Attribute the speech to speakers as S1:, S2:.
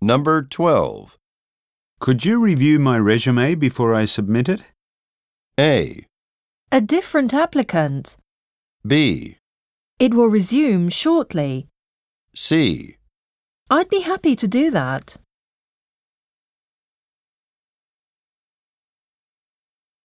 S1: Number 12.
S2: Could you review my resume before I submit it?
S1: A.
S3: A different applicant.
S1: B.
S3: It will resume shortly.
S1: C.
S3: I'd be happy to do that.